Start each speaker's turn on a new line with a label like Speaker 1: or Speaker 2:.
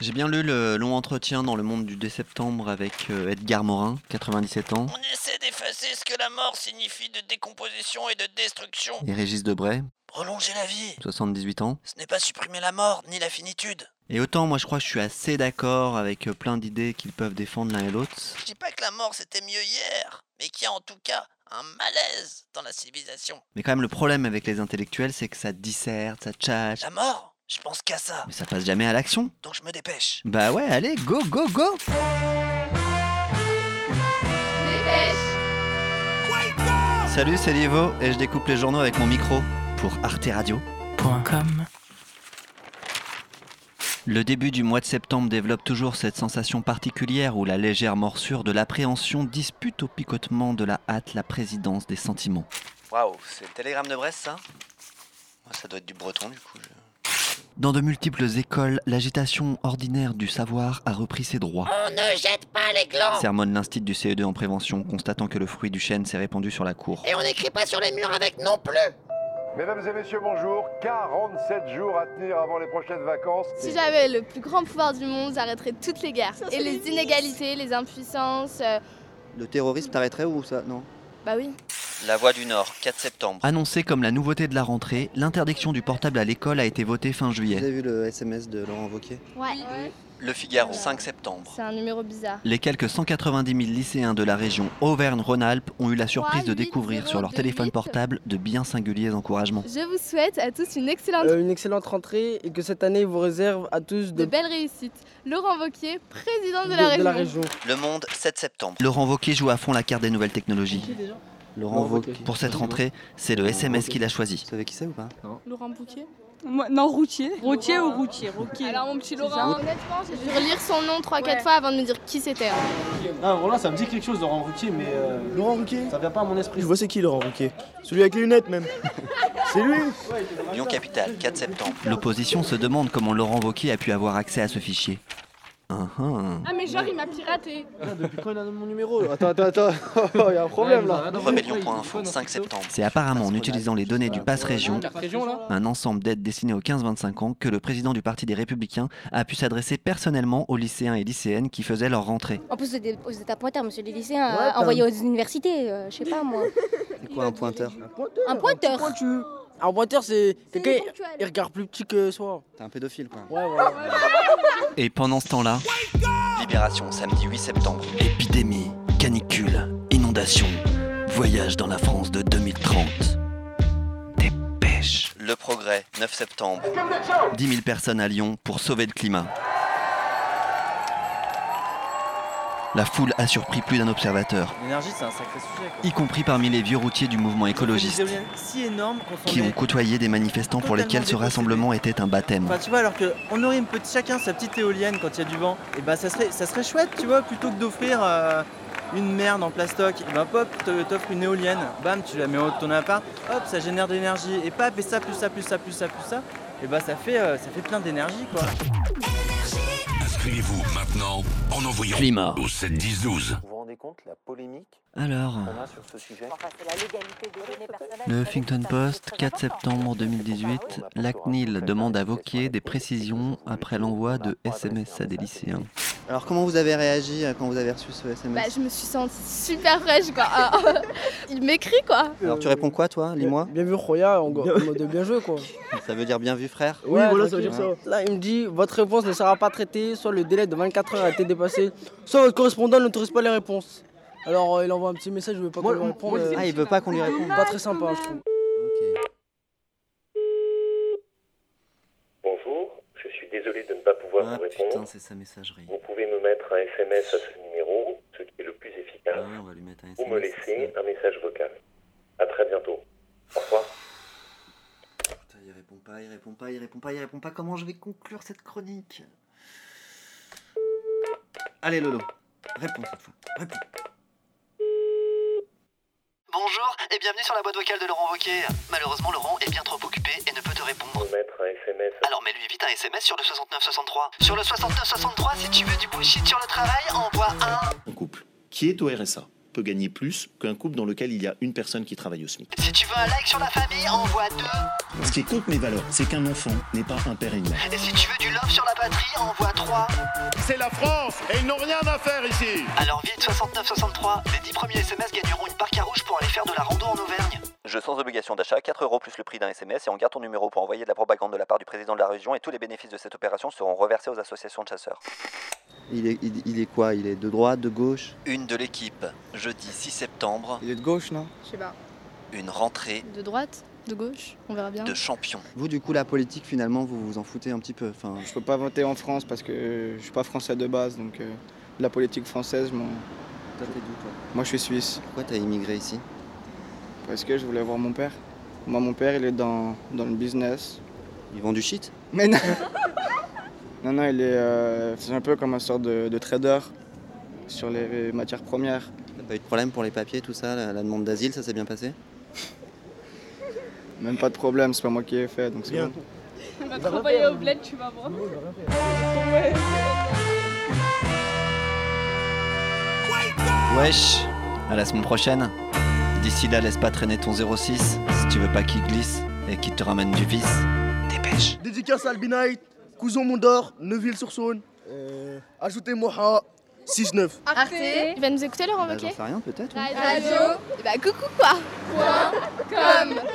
Speaker 1: J'ai bien lu le long entretien dans Le Monde du 2 septembre avec euh, Edgar Morin, 97 ans,
Speaker 2: On essaie d'effacer ce que la mort signifie de décomposition et de destruction.
Speaker 1: et Régis Debray,
Speaker 2: Prolonger la vie,
Speaker 1: 78 ans.
Speaker 2: ce n'est pas supprimer la mort ni la finitude.
Speaker 1: Et autant moi je crois que je suis assez d'accord avec euh, plein d'idées qu'ils peuvent défendre l'un et l'autre,
Speaker 2: Je dis pas que la mort c'était mieux hier, mais qu'il y a en tout cas un malaise dans la civilisation.
Speaker 1: mais quand même le problème avec les intellectuels c'est que ça disserte, ça tchatche,
Speaker 2: La mort Je pense qu'à ça,
Speaker 1: mais ça passe jamais à l'action.
Speaker 2: donc je me dépêche.
Speaker 1: Bah ouais, allez, go, go, go Salut, c'est Livo et je découpe les journaux avec mon micro pour Arte Radio. Le début du mois de septembre développe toujours cette sensation particulière où la légère morsure de l'appréhension dispute au picotement de la hâte la présidence des sentiments. Waouh, c'est le télégramme de Brest ça Ça doit être du breton du coup. Dans de multiples écoles, l'agitation ordinaire du savoir a repris ses droits.
Speaker 2: On ne jette pas les glands
Speaker 1: Sermonne l'instit du CE2 en prévention, constatant que le fruit du chêne s'est répandu sur la cour.
Speaker 2: Et on n'écrit pas sur les murs avec non plus
Speaker 3: Mesdames et messieurs, bonjour. 47 jours à tenir avant les prochaines vacances.
Speaker 4: Si j'avais le plus grand pouvoir du monde, j'arrêterais toutes les guerres. Et les inégalités, les impuissances. euh,
Speaker 5: Le terrorisme t'arrêterait ou ça Non.
Speaker 4: bah oui.
Speaker 1: La Voix du Nord, 4 septembre. Annoncée comme la nouveauté de la rentrée, l'interdiction du portable à l'école a été votée fin
Speaker 5: Vous
Speaker 1: juillet.
Speaker 5: avez vu le SMS de Laurent Wauquiez
Speaker 4: Ouais.
Speaker 1: Le Figaro, 5 septembre.
Speaker 4: C'est un numéro bizarre.
Speaker 1: Les quelques 190 000 lycéens de la région Auvergne-Rhône-Alpes ont eu la surprise de
Speaker 4: 3, 8,
Speaker 1: découvrir
Speaker 4: 0,
Speaker 1: sur leur
Speaker 4: 2,
Speaker 1: téléphone
Speaker 4: 8.
Speaker 1: portable de bien singuliers encouragements.
Speaker 4: Je vous souhaite à tous une excellente
Speaker 6: Euh, une excellente rentrée et que cette année vous réserve à tous
Speaker 4: de
Speaker 6: de,
Speaker 4: belles réussites. Laurent Vauquier, président de,
Speaker 6: de-
Speaker 4: la
Speaker 6: de la
Speaker 4: région.
Speaker 6: région.
Speaker 1: Le Monde, 7 septembre. Laurent Wauquiez joue à fond la carte des nouvelles technologies.
Speaker 5: Laurent Wauquiez.
Speaker 1: Pour cette rentrée, c'est le SMS qu'il a choisi.
Speaker 5: Vous savez qui c'est ou pas
Speaker 4: Laurent Bouquier
Speaker 7: Moi- non, routier. Routier ou routier Routier.
Speaker 4: Alors mon petit Laurent, honnêtement, j'ai dû relire son nom 3-4
Speaker 7: Ouais.
Speaker 4: fois avant de me dire qui c'était. hein.
Speaker 8: Ah, voilà, ça me dit quelque chose, Laurent Routier, mais euh,
Speaker 9: Laurent Ruquier
Speaker 8: ça vient pas à mon esprit.
Speaker 9: Je vois c'est qui Laurent Ruquier Celui avec les lunettes même. c'est lui
Speaker 1: Lyon Capitale, 4 septembre. L'opposition se demande comment Laurent Wauquiez a pu avoir accès à ce fichier. Hein, hein.
Speaker 4: Ah mais genre il m'a piraté.
Speaker 8: Ah, depuis quand il a mon numéro
Speaker 6: Attends, attends, attends, il y a un problème là.
Speaker 8: Rebellion.info,
Speaker 1: septembre. C'est apparemment en utilisant les données du Pass Région,
Speaker 8: région là
Speaker 1: un ensemble d'aides destinées aux 15-25 ans, que le président du Parti des Républicains a pu s'adresser personnellement aux lycéens et lycéennes qui faisaient leur rentrée.
Speaker 10: En plus, aux, dé- aux états pointeurs, monsieur les lycéens,
Speaker 6: Ouais,
Speaker 10: euh,
Speaker 6: t'as-
Speaker 10: envoyés aux universités, euh, je sais pas moi.
Speaker 5: C'est quoi un pointeur
Speaker 6: Un pointeur.
Speaker 10: Un pointeur.
Speaker 6: petit pointu. Un pointeur, c'est quelqu'un il regarde plus petit que soi.
Speaker 5: T'es un pédophile quoi.
Speaker 6: Ouais, voilà.
Speaker 4: Ah,
Speaker 1: Et pendant ce temps-là,
Speaker 2: Libération, samedi 8 septembre.
Speaker 1: épidémie, canicule, inondation, voyage dans la France de 2030. Dépêche.
Speaker 2: Le progrès, 9 septembre.
Speaker 1: 10 000 personnes à Lyon pour sauver le climat. La foule a surpris plus d'un observateur,
Speaker 8: L'énergie, c'est un sacré sujet.
Speaker 1: y compris parmi les vieux routiers du mouvement écologiste,
Speaker 8: si énorme qu'on
Speaker 1: qui ont côtoyé des manifestants pour lesquels ce rassemblement était un baptême.
Speaker 8: tu vois, alors qu'on aurait une petite, chacun sa petite éolienne quand il y a du vent, et bah ça serait, ça serait chouette, tu vois, plutôt que d'offrir euh, une merde en plastoc, et bah pop, te- t'offres une éolienne, bam, tu la mets en haut de ton appart, hop, ça génère de l'énergie, et paf, et ça, plus ça, plus ça, plus ça, plus ça, et bah ça fait, euh, ça fait plein d'énergie quoi.
Speaker 11: Inscrivez-vous maintenant en envoyant
Speaker 1: Climat.
Speaker 11: au 7-10-12.
Speaker 2: Vous vous rendez compte la polémique
Speaker 1: Alors,
Speaker 2: a sur ce sujet
Speaker 1: le Huffington Post, 4 septembre 2018, la CNIL demande à Vauquier des précisions après l'envoi de SMS à des lycéens.
Speaker 5: Alors comment vous avez réagi euh, quand vous avez reçu ce
Speaker 4: Bah
Speaker 5: SMS
Speaker 4: je me suis sentie super fraîche quoi. Ah, il m'écrit quoi.
Speaker 5: Alors tu réponds quoi toi Lis-moi.
Speaker 6: Bien vu, Roya, en, go- en mode bien joué quoi.
Speaker 5: Ça veut dire bien vu frère
Speaker 6: Euh, Oui, voilà, ça veut dire ça. Là, il me dit votre réponse ne sera pas traitée, soit le délai de 24 heures a été dépassé, soit votre correspondant n'autorise pas les réponses. Alors, euh, il envoie un petit message, je veux pas qu'on lui réponde. euh,
Speaker 5: Ah il veut pas qu'on lui réponde.
Speaker 6: pas très sympa, je trouve.
Speaker 1: Bah,
Speaker 9: Bonjour, je suis désolé de ne pas pouvoir
Speaker 1: Ah
Speaker 9: vous répondre.
Speaker 1: putain, c'est sa messagerie.
Speaker 9: Vous pouvez me mettre un SMS à ce numéro, ce qui est le plus efficace,
Speaker 1: Ah, on va lui mettre un
Speaker 9: ou me
Speaker 1: SMS,
Speaker 9: laisser un message vocal. À très bientôt. Au revoir.
Speaker 1: Putain, il répond pas, il répond pas, il répond pas, il répond pas. Comment je vais conclure cette chronique Allez Lolo, réponds cette fois. Réponds.
Speaker 2: Bonjour et bienvenue sur la boîte vocale de Laurent Wauquiez. Malheureusement, Laurent est bien trop occupé et ne peut te répondre.
Speaker 9: Me mettre un SMS
Speaker 2: Alors mets-lui vite un SMS sur le 6963. Sur le 6963, si tu veux du bullshit sur le travail, envoie un.
Speaker 9: Un couple qui est au RSA peut gagner plus qu'un couple dans lequel il y a une personne qui travaille au SMIC.
Speaker 2: Si tu veux un like sur la famille, envoie deux.
Speaker 9: Ce qui compte mes valeurs, c'est qu'un enfant n'est pas un père et une mère.
Speaker 2: Et si tu veux du love sur la patrie, envoie trois.
Speaker 12: 63.
Speaker 13: C'est la France et ils n'ont rien à faire ici.
Speaker 12: Alors vite 69-63, les 10 premiers SMS gagneront une barque à rouge pour aller faire de la rando en Auvergne.
Speaker 2: Jeu sans obligation d'achat, 4 euros plus le prix d'un SMS et on garde ton numéro pour envoyer de la propagande de la part du président de la région et tous les bénéfices de cette opération seront reversés aux associations de chasseurs.
Speaker 1: Il est, il, il est quoi Il est de droite, de gauche
Speaker 2: Une de l'équipe, jeudi 6 septembre,
Speaker 1: Il est de gauche, non
Speaker 4: Je sais pas.
Speaker 2: une rentrée
Speaker 4: De droite De gauche On verra bien.
Speaker 2: de champion.
Speaker 1: Vous, du coup, la politique, finalement, vous vous en foutez un petit peu. Enfin,
Speaker 6: Je peux pas voter en France parce que euh, je suis pas français de base, donc euh, la politique française, je m'en-
Speaker 1: Toi, t'es d'où, toi
Speaker 6: moi je suis suisse.
Speaker 1: Pourquoi t'as immigré ici
Speaker 6: Parce que je voulais voir mon père. Moi, mon père, il est dans, dans le business.
Speaker 1: Ils vendent du shit
Speaker 6: Mais non Non, non, il est, euh, c'est un peu comme un sort de, de trader sur les matières premières.
Speaker 1: T'as pas eu de problème pour les papiers, tout ça La, la demande d'asile, ça s'est bien passé
Speaker 6: Même pas de problème, c'est pas moi qui ai fait, donc c'est bon.
Speaker 7: On va travailler au bled, tu vas voir.
Speaker 2: Wesh, à la semaine prochaine. D'ici là, laisse pas traîner ton 06 si tu veux pas qu'il glisse et qu'il te ramène du vice. Dépêche.
Speaker 14: Dédicace à Albinite, Cousin Mondor, Neuville-sur-Saône. Euh, Ajoutez Moha, 6-9.
Speaker 4: Arte. Il va nous écouter Laurent
Speaker 1: Bah,
Speaker 4: Wauquiez
Speaker 1: J'en sais rien, peut-être.
Speaker 4: Radio. Et bah coucou quoi. Point. Com.